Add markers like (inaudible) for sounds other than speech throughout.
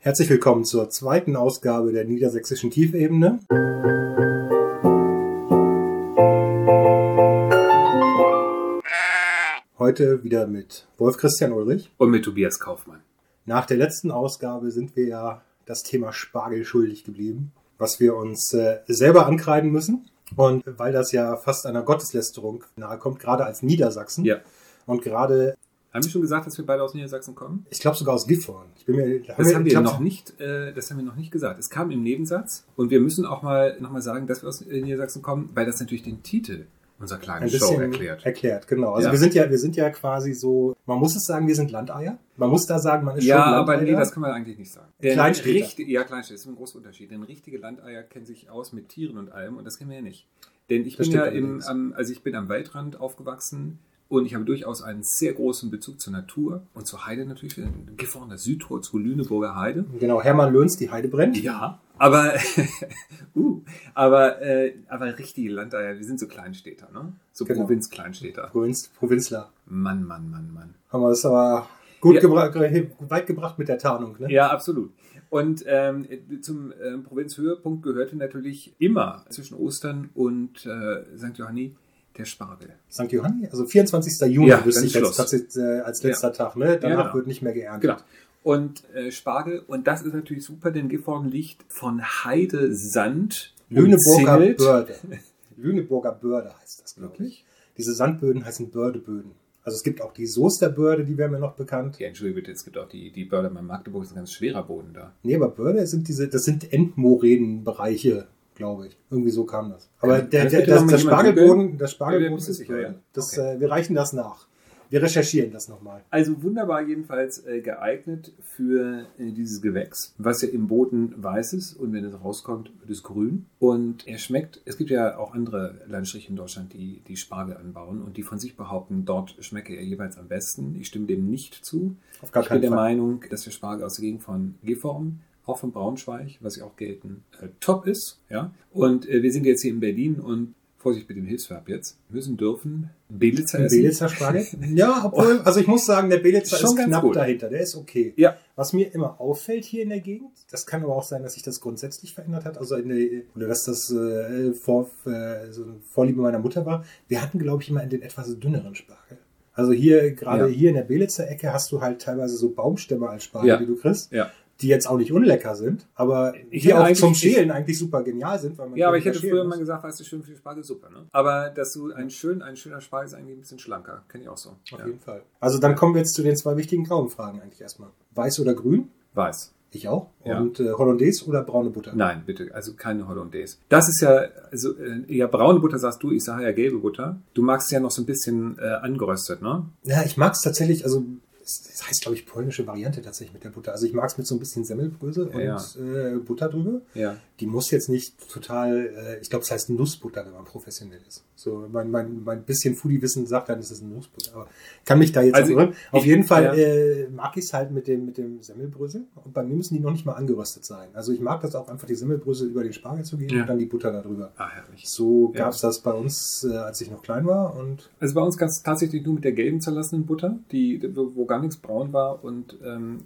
Herzlich willkommen zur zweiten Ausgabe der Niedersächsischen Tiefebene. Heute wieder mit Wolf Christian Ulrich. Und mit Tobias Kaufmann. Nach der letzten Ausgabe sind wir ja das Thema Spargel schuldig geblieben, was wir uns äh, selber ankreiden müssen. Und weil das ja fast einer Gotteslästerung nahekommt, gerade als Niedersachsen. Ja. Und gerade, Haben wir schon gesagt, dass wir beide aus Niedersachsen kommen? ich glaube sogar aus Gifhorn. Ich bin mir, Das haben ich wir glaub, noch nicht, äh, das haben wir noch nicht gesagt. Es kam im Nebensatz und wir müssen auch mal nochmal sagen, dass wir aus äh, Niedersachsen kommen, weil das natürlich den Titel unserer kleinen ein Show bisschen erklärt. genau. Also Ja. wir sind ja, wir sind ja quasi so, man muss es sagen, wir sind Landeier. Man muss da sagen, man ist Ja, schon aber Landeier. nee, das kann man eigentlich nicht sagen. Kleinstädter. richtig- ja, Kleinstädter, das ist ein großer Unterschied. Denn richtige Landeier kennen sich aus mit Tieren und allem und das kennen wir ja nicht. Denn ich Das bin ja stimmt im, allerdings. am, also ich bin am Waldrand aufgewachsen und ich habe durchaus einen sehr großen Bezug zur Natur und zur Heide natürlich. Gefahren der Südtor zur Lüneburger Heide. genau, Hermann Löhns, die Heide brennt. Ja, aber, (laughs) uh, aber, äh, aber richtige Landeier, wir sind so Kleinstädter, ne? So Genau. Provinzkleinstädter. Provinz, Provinzler. Mann, Mann, Mann, Mann. Haben wir das aber gut Ja. gebra ge- weit gebracht mit der Tarnung. Ne? Ja, absolut. Und ähm, zum ähm, Provinzhöhepunkt gehörte natürlich immer zwischen Ostern und äh, St. Johanni der Spargel. St. Johanni, also 24. Juni Ja, wüsste dann ich jetzt Schluss. tatsächlich äh, als letzter Tag. Ne? Danach Ja, genau. wird nicht mehr geerntet. Genau. Und äh, Spargel, und das ist natürlich super, denn Gifhorn liegt von Heide Sand Lüneburger Genau. umzingelt. (laughs) Börde. Lüneburger Börde heißt das, glaube ich. Wirklich? Diese Sandböden heißen Bördeböden. Also es gibt auch die Soesterbörde, die wäre mir noch bekannt. Ja, entschuldige bitte, es gibt auch die, die Börder bei Magdeburg, ist ein ganz schwerer Boden da. Nee, aber Börde sind diese, das sind Endmoränenbereiche, glaube ich. Irgendwie so kam das. Aber Kann- der, kann der, das bitte das, noch mal das jemand Spargelboden, googeln? das Ja, wir Spargelboden müssen ist sicher werden. Börde. Das, Okay. äh, wir reichen das nach. Wir recherchieren das nochmal. Also wunderbar jedenfalls äh, geeignet für äh, dieses Gewächs, was ja im Boden weiß ist und wenn es rauskommt, wird es grün. Und er schmeckt, es gibt ja auch andere Landstriche in Deutschland, die, die Spargel anbauen und die von sich behaupten, dort schmecke er jeweils am besten. Ich stimme dem nicht zu. Auf gar ich bin keinen der Fall. Meinung, dass der Spargel aus der Gegend von Gifhorn, auch von Braunschweig, was ich auch gelten, äh, top ist. Ja? Und äh, wir sind jetzt hier in Berlin und Vorsicht mit dem Hilfsverb jetzt. Müssen dürfen Belitzer essen. Belitzer Spargel? (laughs) Ja, obwohl, also ich muss sagen, der Belitzer Schon ist ganz knapp gut. dahinter. Der ist okay. Ja. Was mir immer auffällt hier in der Gegend, das kann aber auch sein, dass sich das grundsätzlich verändert hat, also in der, oder dass das äh, vor, äh, so eine Vorliebe meiner Mutter war. Wir hatten, glaube ich, immer den etwas dünneren Spargel. Also hier, gerade Ja. hier in der Belitzer Ecke hast du halt teilweise so Baumstämme als Spargel, Ja. die du kriegst. Ja. Die jetzt auch nicht unlecker sind, aber Ich die hätte auch eigentlich- zum Schälen eigentlich super genial sind. Weil man Ja, aber ich weniger hätte schälen früher muss. mal gesagt, weißt du, schön viel Spargelsuppe. Ne? Aber dass du ein, schön, ein schöner Spargel ist eigentlich ein bisschen schlanker. Kenne ich auch so. Auf Ja. jeden Fall. Also dann kommen wir jetzt zu den zwei wichtigen Grauenfragen eigentlich erstmal. Weiß oder grün? Weiß. Ich auch. Ja. Und äh, Hollandaise oder braune Butter? Nein, bitte. Also keine Hollandaise. Das ist ja, also äh, ja, braune Butter sagst du, ich sage ja gelbe Butter. Du magst ja noch so ein bisschen äh, angeröstet, ne? Ja, ich mag es tatsächlich, also es es heißt, glaube ich, polnische Variante tatsächlich mit der Butter. Also ich mag es mit so ein bisschen Semmelbrösel und Ja. äh, Butter drüber. Ja. Die muss jetzt nicht total, äh, ich glaube, es heißt Nussbutter, wenn man professionell ist. So, mein, mein, mein bisschen Foodie-Wissen sagt, dann ist es eine Nussbutter. Aber kann mich da jetzt Also auch irren. Auf ich- jeden Fall ja. äh, mag ich es halt mit dem, mit dem Semmelbrösel. Und bei mir müssen die noch nicht mal angeröstet sein. Also ich mag das auch einfach, die Semmelbrösel über den Spargel zu geben Ja. und dann die Butter darüber. Ah, herrlich. So Ja. gab es das bei uns, äh, als ich noch klein war. Und Also bei uns gab es tatsächlich nur mit der gelben zerlassenen Butter, die, wo wo gar nichts braun war und ähm,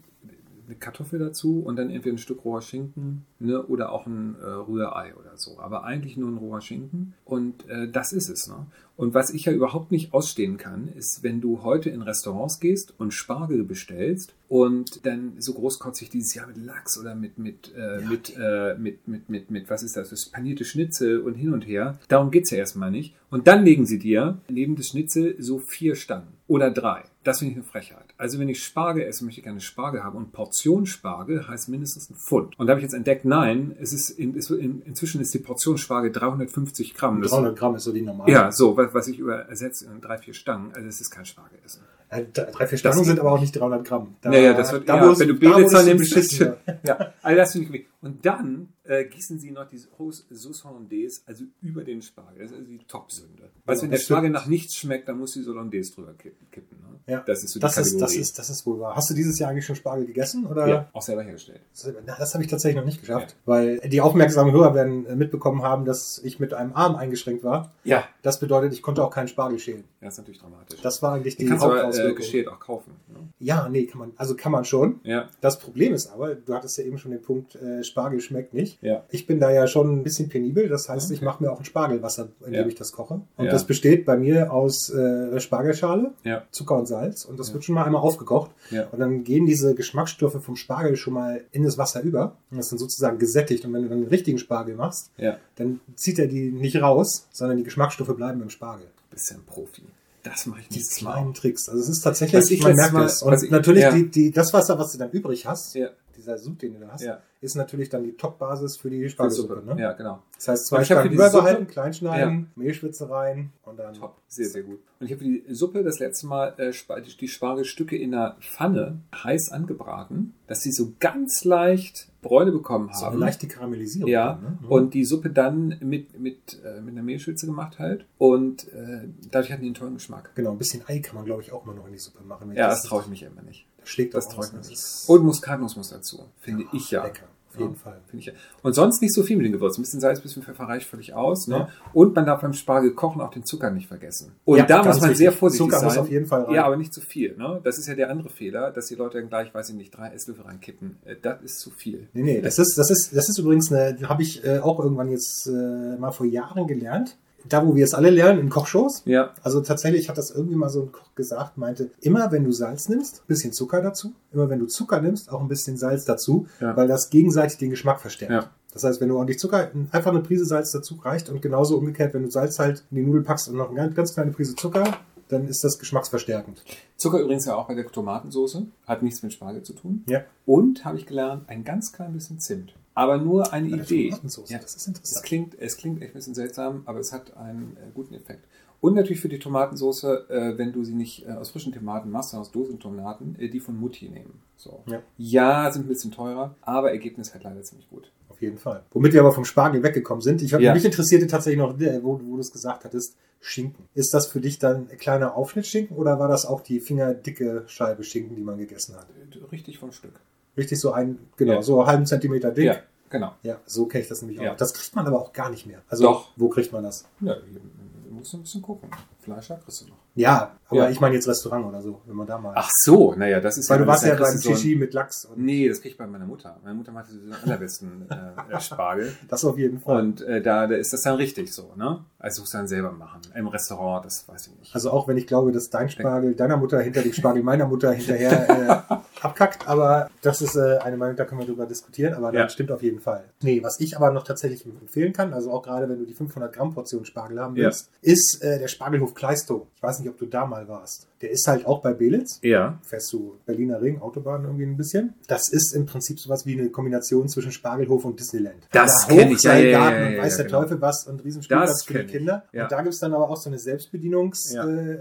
eine Kartoffel dazu und dann entweder ein Stück roher Schinken ne, oder auch ein äh, Rührei oder so. Aber eigentlich nur ein roher Schinken und äh, das ist es. Ne? Und was ich ja überhaupt nicht ausstehen kann, ist, wenn du heute in Restaurants gehst und Spargel bestellst und dann so großkotzig dieses Jahr mit Lachs oder mit, mit, äh, Ja. mit, äh, mit, mit, mit, mit, was ist das, das panierte Schnitzel und hin und her. Darum geht es ja erstmal nicht. Und dann legen sie dir neben das Schnitzel so vier Stangen oder drei. Das finde ich eine Frechheit. Also wenn ich Spargel esse, möchte ich gerne Spargel haben. Und Portion Spargel heißt mindestens ein Pfund. Und da habe ich jetzt entdeckt, nein, es ist in, es, in, inzwischen ist die Portion Spargel 350 Gramm. Das- 300 Gramm ist so die normale. ja, so, was, was ich über ersetzt in drei, vier Stangen. Also es ist kein Spargelessen. Äh, d- Drei, vier Stangen Das- sind aber auch nicht 300 Gramm. Da, naja, das wird, da ja, wurdest- wenn du da Belitzer wurdest nimmst, beschissen. ja, (laughs) also das finde ich Und dann äh, gießen sie noch die Sauce Sauce Hollandaise, also über den Spargel. Das ist also die Top-Sünde. Weißt du, wenn der das stimmt. Spargel nach nichts schmeckt, dann muss die Hollandaise drüber kippen. kippen ne? Ja. Das ist so die das, Kategorie. ist, das, ist, äh, das ist wohl wahr. Hast du dieses Jahr eigentlich schon Spargel gegessen? Oder? ja, auch selber hergestellt. Na, das habe ich tatsächlich noch nicht geschafft, weil die aufmerksamen Hörer werden äh, mitbekommen haben, dass ich mit einem Arm eingeschränkt war. Ja. Das bedeutet, ich konnte auch keinen Spargel schälen. Das ist natürlich dramatisch. Das war eigentlich den die kannst du aber äh, Hauptauswirkung. geschält auch kaufen. Ne? ja, nee, kann man, also kann man schon. Ja. Das Problem ist aber, du hattest ja eben schon den Punkt, äh, Spargel schmeckt nicht. Ja. Ich bin da ja schon ein bisschen penibel, das heißt, ich Okay. mache mir auch ein Spargelwasser, indem Ja. ich das koche. Und Ja. das besteht bei mir aus äh, Spargelschale, Ja. Zucker und Salz und das Ja. wird schon mal einmal aufgekocht. Ja. Und dann gehen diese Geschmacksstoffe vom Spargel schon mal in das Wasser über und das ist dann sozusagen gesättigt. Und wenn du dann den richtigen Spargel machst, Ja. dann zieht er die nicht raus, sondern die Geschmacksstoffe bleiben im Spargel. Bist ja ein Profi. Das mache ich Die nicht kleinen mal. Tricks. Also es ist tatsächlich, Was ich man letztes merkt Mal- es. Und was ich- natürlich ja. die, die, das Wasser, was du dann übrig hast, Ja. dieser Sud, den du da hast, Ja. ist natürlich dann die Top-Basis für die Für Spargelsuppe. Suppe. Ne? Ja, genau. Das heißt, Aber zwei ich hab für Staaten die Suppe- überbehalten, kleinschneiden, Mehlschwitze rein und dann Top. Sehr, sehr gut. Und ich habe die Suppe das letzte Mal äh, Spa- die die Spargelstücke in der Pfanne heiß angebraten, dass sie so ganz leicht Bräune bekommen haben. so eine leichte Karamellisierung. Ja, dann, ne? Mhm. und die Suppe dann mit, mit, äh, mit einer Mehlschwitze gemacht halt. Und äh, dadurch hatten die einen tollen Geschmack. genau, ein bisschen Ei kann man, glaube ich, auch mal noch in die Suppe machen. wenn Ja, ich das traue ich mich immer nicht. Das schlägt Das auch traue aus, ich ne? mir nicht. Das ist- Und Muskatnussmus dazu, finde ich ja. Lecker, auf jeden Ja. Fall. Finde ich ja. Und sonst nicht so viel mit den Gewürzen. Ein bisschen Salz, ein bisschen Pfeffer reicht völlig aus. Ne? Ja. Und man darf beim Spargel kochen auch den Zucker nicht vergessen. Und Ja, da ganz muss man wichtig. sehr vorsichtig Zucker sein. muss auf jeden Fall rein. Ja, aber nicht zu viel. Ne? Das ist ja der andere Fehler, dass die Leute dann gleich, weiß ich nicht, drei Esslöffel reinkippen. Äh, Das ist zu viel. Nee, nee, das ist, das ist, das ist übrigens eine, habe ich äh, auch irgendwann jetzt äh, mal vor Jahren gelernt. Da, wo wir es alle lernen, in Kochshows. Ja, Also tatsächlich hat das irgendwie mal so ein Koch gesagt, meinte, immer wenn du Salz nimmst, ein bisschen Zucker dazu. Immer wenn du Zucker nimmst, auch ein bisschen Salz dazu, Ja. weil das gegenseitig den Geschmack verstärkt. Ja. Das heißt, wenn du ordentlich Zucker, einfach eine Prise Salz dazu reicht und genauso umgekehrt, wenn du Salz halt in die Nudel packst und noch eine ganz, ganz kleine Prise Zucker, dann ist das geschmacksverstärkend. Zucker übrigens ja auch bei der Tomatensoße. Hat nichts mit Spargel zu tun. Ja. Und, habe ich gelernt, ein ganz klein bisschen Zimt. Aber nur eine Bei der Idee. Tomatensoße, das ist interessant. Es klingt, es klingt echt ein bisschen seltsam, aber es hat einen äh, guten Effekt. Und natürlich für die Tomatensoße, äh, wenn du sie nicht äh, aus frischen Tomaten machst, sondern aus Dosentomaten, äh, die von Mutti nehmen. So. Ja. ja, sind ein bisschen teurer, aber Ergebnis halt leider ziemlich gut. Auf jeden Fall. Womit wir aber vom Spargel weggekommen sind. Ich hab, Ja. Mich interessierte tatsächlich noch, äh, wo, wo du es gesagt hattest, Schinken. Ist das für dich dann ein kleiner Aufschnittschinken oder war das auch die fingerdicke Scheibe Schinken, die man gegessen hat? Äh, Richtig vom Stück. Richtig so ein, genau, Ja. so einen halben Zentimeter dick. Ja, Ja. genau. so kenne ich das nämlich auch. Ja. Das kriegt man aber auch gar nicht mehr. Also, Doch. wo kriegt man das? Ja, du musst ein bisschen gucken. Fleischer kriegst du noch. Ja, aber Ja. ich meine jetzt Restaurant oder so, wenn man da mal. Ach so, naja, das ist Weil du warst ja das beim ist ein- Shishi mit Lachs und Nee, das kriege ich bei meiner Mutter. Meine Mutter macht den allerbesten äh, äh, Spargel. das auf jeden Fall. Und äh, da, da ist das dann richtig so, ne? Also musst du dann selber machen. Im Restaurant, das weiß ich nicht. Also auch wenn ich glaube, dass Äh. dein Spargel deiner Mutter hinter dem Spargel meiner Mutter (laughs) hinterher äh, abkackt, aber das ist äh, eine Meinung, da können wir drüber diskutieren, aber Ja. das stimmt auf jeden Fall. Nee, was ich aber noch tatsächlich empfehlen kann, also auch gerade wenn du die 500 Gramm Portion Spargel haben Ja. willst, ist äh, der Spargelhof Kleistow. Ich weiß nicht, ob du da mal warst. Der ist halt auch bei Belitz. Ja. Fährst du Berliner Ring, Autobahn irgendwie ein bisschen? Das ist im Prinzip sowas wie eine Kombination zwischen Spargelhof und Disneyland. Das Da hoch kenn ich, ja, sein ja, ja, Garten ja, und ja, weiß der genau. Teufel was und Riesenspielplatz Das für die kenn ich, Kinder. ja. Und da gibt es dann aber auch so eine Selbstbedienungs- Ja. äh,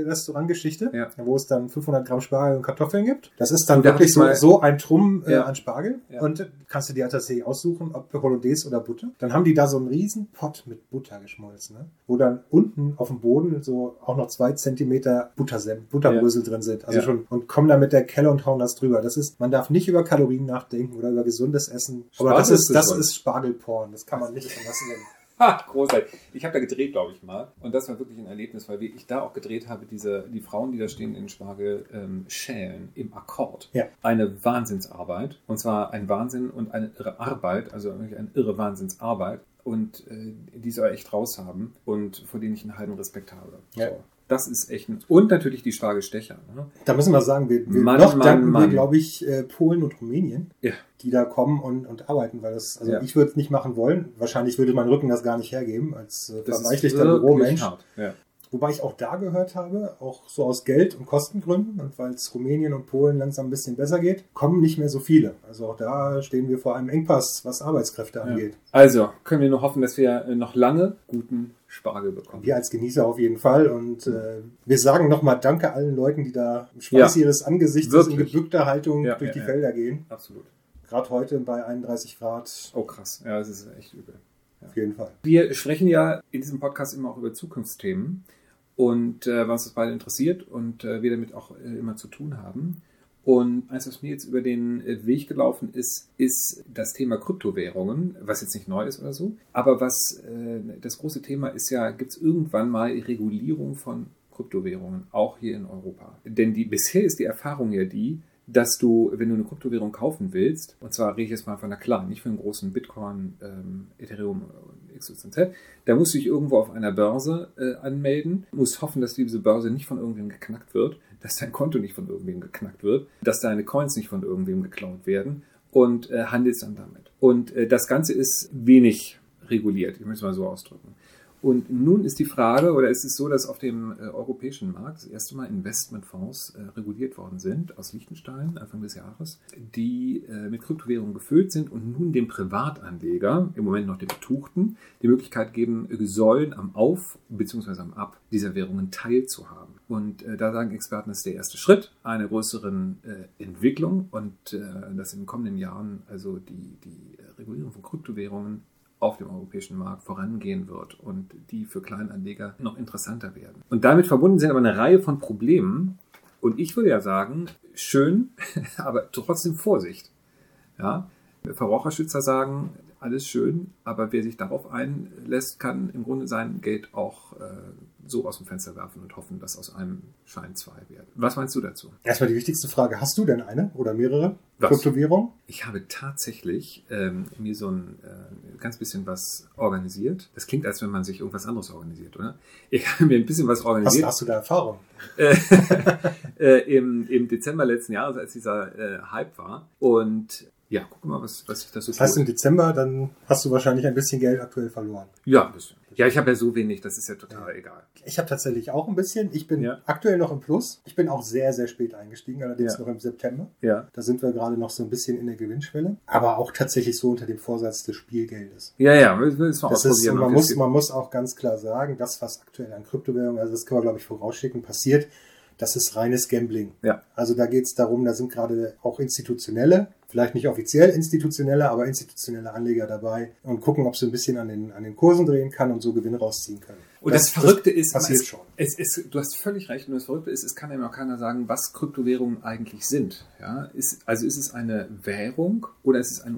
äh, Restaurantgeschichte, Ja. wo es dann 500 Gramm Spargel und Kartoffeln gibt. Das ist dann Und da wirklich hat's so, mal- so ein Trumm äh, Ja. an Spargel. Ja. Und kannst du dir tatsächlich aussuchen, ob Hollandaise oder Butter. Dann haben die da so einen riesen Pott mit Butter geschmolzen, ne? wo dann unten auf dem Boden so auch noch zwei Zentimeter Buttersenf, Butterbrösel drin sind. Also Ja. schon und kommen da mit der Kelle und hauen das drüber. Das ist, man darf nicht über Kalorien nachdenken oder über gesundes Essen. Aber Spargel das ist, ist das gesund. ist Spargelporn. Das kann man nicht anders nennen. Ha, großartig. Ich habe da gedreht, glaube ich mal. Und das war wirklich ein Erlebnis, weil ich da auch gedreht habe, diese, die Frauen, die da stehen in Spargel, ähm, schälen im Akkord. Ja. Eine Wahnsinnsarbeit. Und zwar ein Wahnsinn und eine irre Arbeit, also wirklich eine irre Wahnsinnsarbeit. Und äh, die soll echt raus haben und vor denen ich einen halben Respekt habe. Ja. So. Das ist echt ein. Und natürlich die Spargelstecher. Ne? Da müssen wir sagen, wir, wir Mann, noch Mann, danken wir, Mann. glaube ich, äh, Polen und Rumänien, Ja. die da kommen und, und arbeiten, weil das, also Ja. ich würde es nicht machen wollen. Wahrscheinlich würde mein Rücken das gar nicht hergeben, als äh, Das verweichlichter Büromensch. hart. Ja. Wobei ich auch da gehört habe, auch so aus Geld- und Kostengründen und weil es Rumänien und Polen langsam ein bisschen besser geht, kommen nicht mehr so viele. Also auch da stehen wir vor einem Engpass, was Arbeitskräfte angeht. Also können wir nur hoffen, dass wir äh, noch lange guten Spargel bekommen. Wir als Genießer auf jeden Fall und äh, wir sagen nochmal Danke allen Leuten, die da im Schweiß Ja. ihres Angesichts in Wirklich. gebückter Haltung Ja, durch ja, die ja. Felder gehen. Absolut. Gerade heute bei 31 Grad, Oh krass, ja, es ist echt übel. auf jeden Fall. Wir sprechen ja in diesem Podcast immer auch über Zukunftsthemen und äh, was uns beide interessiert und äh, wir damit auch äh, immer zu tun haben. Und eins, was mir jetzt über den äh, Weg gelaufen ist, ist das Thema Kryptowährungen, was jetzt nicht neu ist oder so. Aber was äh, das große Thema ist ja, gibt es irgendwann mal Regulierung von Kryptowährungen, auch hier in Europa. Denn die, bisher ist die Erfahrung ja die, dass du, wenn du eine Kryptowährung kaufen willst, und zwar rede ich jetzt mal von einer kleinen, nicht von einem großen Bitcoin, ähm, Ethereum und XYZ, da musst du dich irgendwo auf einer Börse äh, anmelden, musst hoffen, dass diese Börse nicht von irgendwem geknackt wird, dass dein Konto nicht von irgendwem geknackt wird, dass deine Coins nicht von irgendwem geklaut werden und äh, handelst dann damit. Und äh, das Ganze ist wenig reguliert, ich möchte es mal so ausdrücken. Und nun ist die Frage, oder ist es so, dass auf dem äh, europäischen Markt das erste Mal Investmentfonds äh, reguliert worden sind aus Liechtenstein Anfang des Jahres, die äh, mit Kryptowährungen gefüllt sind und nun dem Privatanleger, im Moment noch dem Betuchten, die Möglichkeit geben äh, sollen, am Auf- bzw. am Ab dieser Währungen teilzuhaben. Und äh, da sagen Experten, das ist der erste Schritt einer größeren äh, Entwicklung und äh, dass in den kommenden Jahren also die, die äh, Regulierung von Kryptowährungen auf dem europäischen Markt vorangehen wird und die für Kleinanleger noch interessanter werden. Und damit verbunden sind aber eine Reihe von Problemen. Und ich würde ja sagen, schön, (laughs) aber trotzdem Vorsicht. Ja, Verbraucherschützer sagen, alles schön, aber wer sich darauf einlässt, kann im Grunde sein Geld auch äh, so aus dem Fenster werfen und hoffen, dass aus einem Schein zwei werden. Was meinst du dazu? Erstmal die wichtigste Frage, hast du denn eine oder mehrere? Was? Kryptowährung? Ich habe tatsächlich ähm, mir so ein äh, ganz bisschen was organisiert. Das klingt, als wenn man sich irgendwas anderes organisiert, oder? Ich habe mir ein bisschen was Hast, organisiert. hast du da Erfahrung? Äh, (laughs) äh, im, Im Dezember letzten Jahres, als dieser äh, Hype war. Und ja, guck mal, was, was ich da so Das heißt, tue. im Dezember, dann hast du wahrscheinlich ein bisschen Geld aktuell verloren. Ja, das, ja, ich habe ja so wenig, das ist ja total egal. Ich habe tatsächlich auch ein bisschen. Ich bin Ja. aktuell noch im Plus. Ich bin auch sehr, sehr spät eingestiegen, allerdings Ja. noch im September. Ja. Da sind wir gerade noch so ein bisschen in der Gewinnschwelle. Aber auch tatsächlich so unter dem Vorsatz des Spielgeldes. Ja, ja, müssen wir es mal Das ist, ausprobieren. man, ob muss, das- man muss auch ganz klar sagen, das, was aktuell an Kryptowährungen, also das können wir, glaube ich, vorausschicken, passiert, das ist reines Gambling. Ja. Also da geht es darum, da sind gerade auch institutionelle, vielleicht nicht offiziell institutionelle, aber institutionelle Anleger dabei und gucken, ob sie ein bisschen an den, an den Kursen drehen kann und so Gewinn rausziehen können. Und das, Verrückte ist, passiert es, schon. Es ist, du hast völlig recht. Und das Verrückte ist, es kann einem auch keiner sagen, was Kryptowährungen eigentlich sind. Ja, ist, also ist es eine Währung oder ist es ein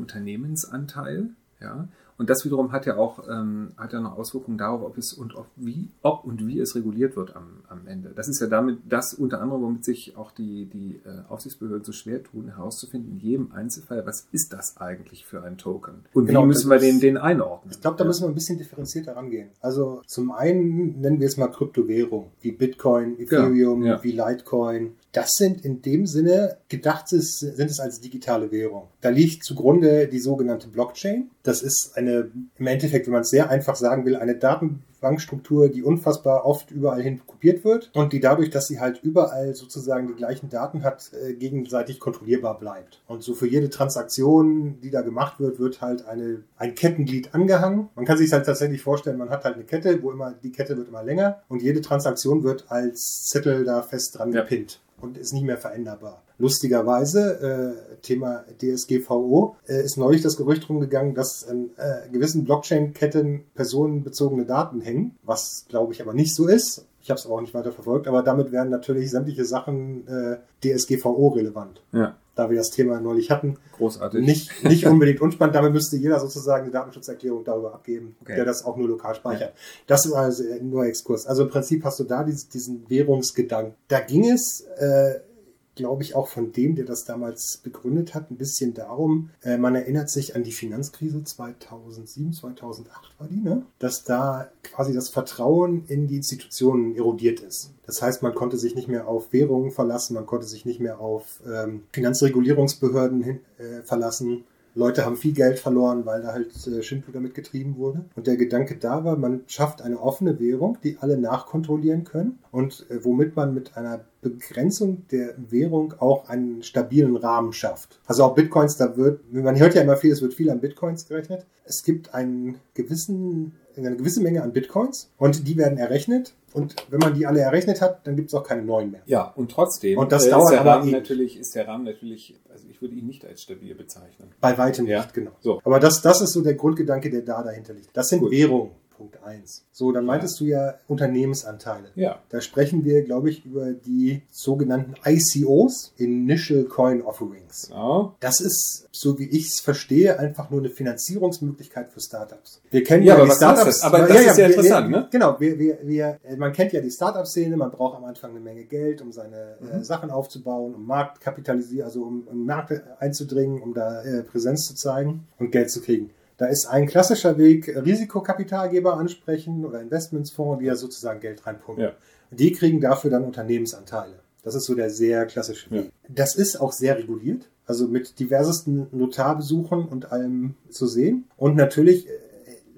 Unternehmensanteil? Ja, und das wiederum hat ja auch ähm, hat ja noch Auswirkungen darauf, ob es und ob wie, ob und wie es reguliert wird am, am Ende. Das ist ja damit das unter anderem, womit sich auch die die äh, Aufsichtsbehörden so schwer tun, herauszufinden in jedem Einzelfall, was ist das eigentlich für ein Token und Genau, wie müssen wir das- den den einordnen? Ich glaube, da ja. müssen wir ein bisschen differenzierter rangehen. Also zum einen nennen wir es mal Kryptowährung, wie Bitcoin, Ethereum, ja. wie Litecoin. Das sind in dem Sinne gedacht ist, sind es als digitale Währung. Da liegt zugrunde die sogenannte Blockchain. Das ist eine, im Endeffekt, wenn man es sehr einfach sagen will, eine Datenbankstruktur, die unfassbar oft überall hin kopiert wird und die dadurch, dass sie halt überall sozusagen die gleichen Daten hat, äh, gegenseitig kontrollierbar bleibt. Und so für jede Transaktion, die da gemacht wird, wird halt eine, ein Kettenglied angehangen. Man kann sich halt tatsächlich vorstellen, man hat halt eine Kette, wo immer die Kette wird immer länger und jede Transaktion wird als Zettel da fest dran Ja. gepinnt und ist nicht mehr veränderbar. Lustigerweise, äh, Thema DSGVO, äh, ist neulich das Gerücht rumgegangen, dass an äh, gewissen Blockchain-Ketten personenbezogene Daten hängen, was glaube ich aber nicht so ist. Ich habe es auch nicht weiter verfolgt, aber damit wären natürlich sämtliche Sachen äh, DSGVO-relevant. ja Da wir das Thema neulich hatten, großartig. nicht, nicht unbedingt unspannend. Damit müsste jeder sozusagen eine Datenschutzerklärung darüber abgeben, Okay. der das auch nur lokal speichert. Das ist also nur Exkurs. Also im Prinzip hast du da dies- diesen Währungsgedanken. Da ging es, äh, glaube ich, auch von dem, der das damals begründet hat, ein bisschen darum, äh, man erinnert sich an die Finanzkrise 2007, 2008 war die, ne? dass da quasi das Vertrauen in die Institutionen erodiert ist. Das heißt, man konnte sich nicht mehr auf Währungen verlassen, man konnte sich nicht mehr auf ähm, Finanzregulierungsbehörden hin, äh, verlassen. Leute haben viel Geld verloren, weil da halt äh, Schindluder mitgetrieben wurde. Und der Gedanke da war, man schafft eine offene Währung, die alle nachkontrollieren können und äh, womit man mit einer Begrenzung der Währung auch einen stabilen Rahmen schafft. Also auch Bitcoins, da wird, man hört ja immer viel, es wird viel an Bitcoins gerechnet. Es gibt einen gewissen äh, eine gewisse Menge an Bitcoins und die werden errechnet. Und wenn man die alle errechnet hat, dann gibt es auch keine neuen mehr. Ja, und trotzdem Und das äh, dauert ist, der aber Rahmen ewig. natürlich, ist der Rahmen natürlich, also ich würde ihn nicht als stabil bezeichnen. Bei weitem Ja. nicht, genau. So. Aber das, das ist so der Grundgedanke, der da dahinter liegt. Das sind Gut. Währungen, Punkt eins. So, dann meintest du ja Unternehmensanteile. Ja. Da sprechen wir, glaube ich, über die sogenannten ICOs, Initial Coin Offerings. Genau. Das ist, so wie ich es verstehe, einfach nur eine Finanzierungsmöglichkeit für Startups. Wir kennen Ja, ja, aber die was heißt Startups. das? Aber das ist ja wir, interessant, wir, ne? Genau, wir, wir, wir, äh, man kennt ja die Startup-Szene, man braucht am Anfang eine Menge Geld, um seine Mhm. äh, Sachen aufzubauen, um Marktkapitalisieren, also um, um Märkte einzudringen, um da äh, Präsenz zu zeigen und Geld zu kriegen. Da ist ein klassischer Weg, Risikokapitalgeber ansprechen oder Investmentsfonds, die ja sozusagen Geld reinpumpen. Ja. Die kriegen dafür dann Unternehmensanteile. Das ist so der sehr klassische Ja. Weg. Das ist auch sehr reguliert, also mit diversesten Notarbesuchen und allem zu sehen. Und natürlich äh,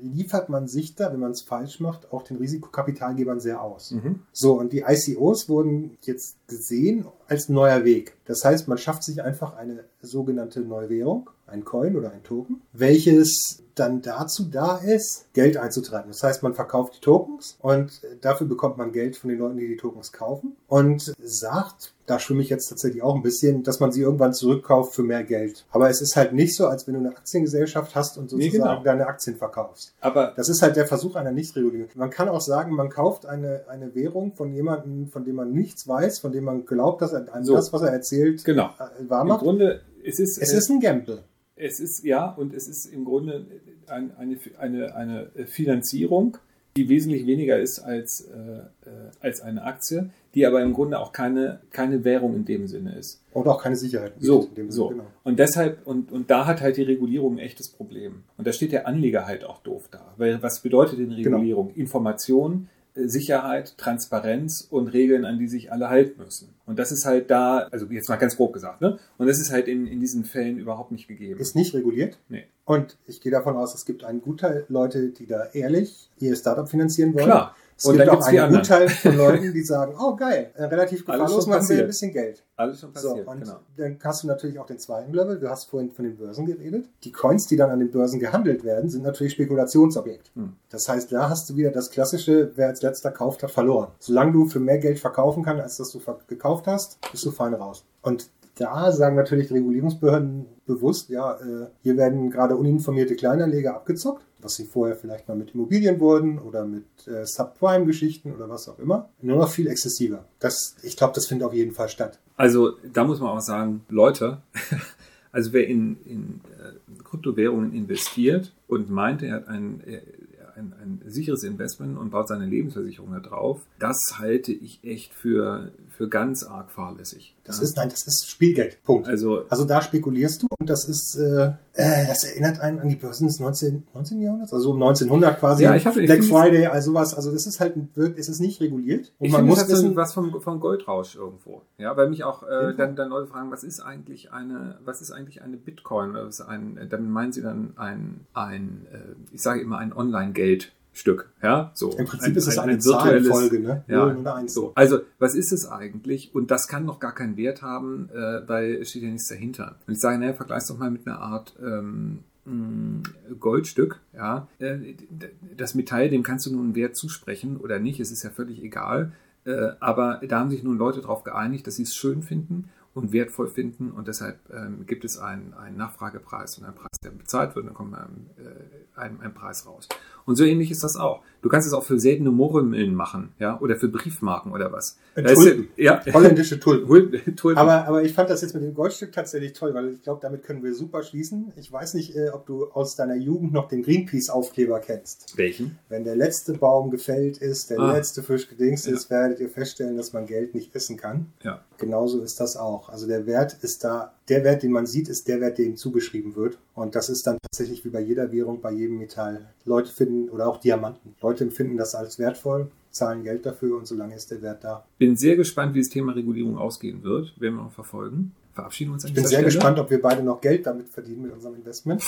liefert man sich da, wenn man es falsch macht, auch den Risikokapitalgebern sehr aus. Mhm. So, und die ICOs wurden jetzt gesehen als neuer Weg. Das heißt, man schafft sich einfach eine sogenannte Neuwährung, ein Coin oder ein Token, welches dann dazu da ist, Geld einzutreiben. Das heißt, man verkauft die Tokens und dafür bekommt man Geld von den Leuten, die die Tokens kaufen und sagt, da schwimme ich jetzt tatsächlich auch ein bisschen, dass man sie irgendwann zurückkauft für mehr Geld. Aber es ist halt nicht so, als wenn du eine Aktiengesellschaft hast und Nee, sozusagen genau. deine Aktien verkaufst. Aber Das ist halt der Versuch einer Nichtregulierung. Man kann auch sagen, man kauft eine, eine Währung von jemandem, von dem man nichts weiß, von dem man glaubt, dass er einem So. das, was er erzählt, genau. äh, wahr Im macht. Grunde, es ist, äh, Es ist ein Gamble. es ist ja, und es ist im Grunde ein, eine, eine, eine Finanzierung, die wesentlich weniger ist als, äh, äh, als eine Aktie, die aber im Grunde auch keine, keine Währung in dem Sinne ist. Und auch keine Sicherheit. bietet So, in dem Sinne, so. Genau. Und deshalb, und, und da hat halt die Regulierung ein echtes Problem. Und da steht der Anleger halt auch doof da. Weil was bedeutet denn Genau. Regulierung? Information, äh, Sicherheit, Transparenz und Regeln, an die sich alle halten müssen. Und das ist halt da, also jetzt mal ganz grob gesagt, ne? Und das ist halt in, in diesen Fällen überhaupt nicht gegeben. Ist nicht reguliert. Nee. Und ich gehe davon aus, es gibt einen Gutteil Leute, die da ehrlich ihr Startup finanzieren wollen. Klar. Es Und gibt dann auch gibt's die einen anderen. Gutteil (laughs) von Leuten, die sagen, oh geil, äh, relativ Alles gefahrlos schon machen wir passiert. ein bisschen Geld. Alles schon So, passiert, und genau. dann hast du natürlich auch den zweiten Level. Du hast vorhin von den Börsen geredet. Die Coins, die dann an den Börsen gehandelt werden, sind natürlich Spekulationsobjekt. Hm. Das heißt, da hast du wieder das klassische, wer als letzter kauft, hat verloren. Solange du für mehr Geld verkaufen kannst, als das du ver- gekauft hast, bist du fein raus. Und da sagen natürlich die Regulierungsbehörden bewusst, ja, äh, hier werden gerade uninformierte Kleinanleger abgezockt, was sie vorher vielleicht mal mit Immobilien wurden oder mit äh, Subprime-Geschichten oder was auch immer. Nur noch viel exzessiver. Das, ich glaube, das findet auf jeden Fall statt. Also da muss man auch sagen, Leute, (laughs) also wer in, in äh, Kryptowährungen investiert und meint, er hat ein, äh, ein, ein sicheres Investment und baut seine Lebensversicherung da drauf, das halte ich echt für, für ganz arg fahrlässig. Das Ja. ist, nein, das ist Spielgeld. Punkt. also Also da spekulierst du und das ist, äh, äh, das erinnert einen an die Börsen des 19, 19. Jahrhunderts, also um 1900 quasi. Ja, ich hab- ich Black find- Friday, also sowas. Also das ist halt, ein, wirk- es ist nicht reguliert und ich man finde, muss das hat so wissen, was vom, vom Goldrausch irgendwo. Ja, weil mich auch äh, Jeden Fall. dann, dann Leute fragen, was ist eigentlich eine, was ist eigentlich eine Bitcoin? Oder was ist ein, äh, damit meinen sie dann ein, ein äh, ich sage immer ein Online-Geldstück. Ja, so. im Prinzip ist es eine virtuelles- Zahlenfolge, ne? Ja, Nullen und Eins. So, also, was ist es eigentlich? Und das kann noch gar keinen Wert haben, äh, weil es steht ja nichts dahinter. Und ich sage, naja, vergleich's doch mal mit einer Art ähm, mh, Goldstück. Ja, Äh, d- d- das Metall, dem kannst du nun einen Wert zusprechen oder nicht, es ist ja völlig egal. Äh, aber da haben sich nun Leute darauf geeinigt, dass sie es schön finden und wertvoll finden und deshalb ähm, gibt es einen, einen Nachfragepreis und einen Preis, der bezahlt wird, dann kommt einem, äh, einem ein Preis raus. Und so ähnlich ist das auch. Du kannst es auch für seltene Murmeln machen, ja, oder für Briefmarken oder was. Äh, Da ist ja- Tulpen. ja, (laughs) Holländische Tulpen. Hol- Tulpen. Aber, aber ich fand das jetzt mit dem Goldstück tatsächlich toll, weil ich glaube, damit können wir super schließen. Ich weiß nicht, äh, ob du aus deiner Jugend noch den Greenpeace-Aufkleber kennst. welchen? Wenn der letzte Baum gefällt ist, der Ah. letzte Fisch gedingst Ja. ist, werdet ihr feststellen, dass man Geld nicht essen kann. Ja. Genauso ist das auch. Also der Wert ist da, der Wert, den man sieht, ist der Wert, der ihm zugeschrieben wird. Und das ist dann tatsächlich wie bei jeder Währung, bei jedem Metall. Leute finden, oder auch Diamanten, Leute empfinden das als wertvoll, zahlen Geld dafür und solange ist der Wert da. Bin sehr gespannt, wie das Thema Regulierung ausgehen wird. Werden wir noch verfolgen. Verabschieden uns an Ich bin dieser sehr Stelle. gespannt, ob wir beide noch Geld damit verdienen mit unserem Investment.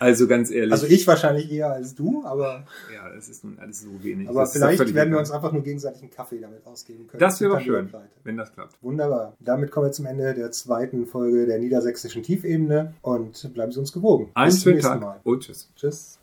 Also ganz ehrlich, Also ich wahrscheinlich eher als du, aber, ja, es ist nun alles so wenig. aber Das ist vielleicht doch völlig werden wir egal. uns einfach nur gegenseitig einen Kaffee damit ausgeben können. Das wäre Dann doch schön, wieder pleite. wenn das klappt. Wunderbar. Damit kommen wir zum Ende der zweiten Folge der niedersächsischen Tiefebene und bleiben Sie uns gewogen. Einen Bis zum schönen nächsten Tag Mal. und tschüss. Tschüss.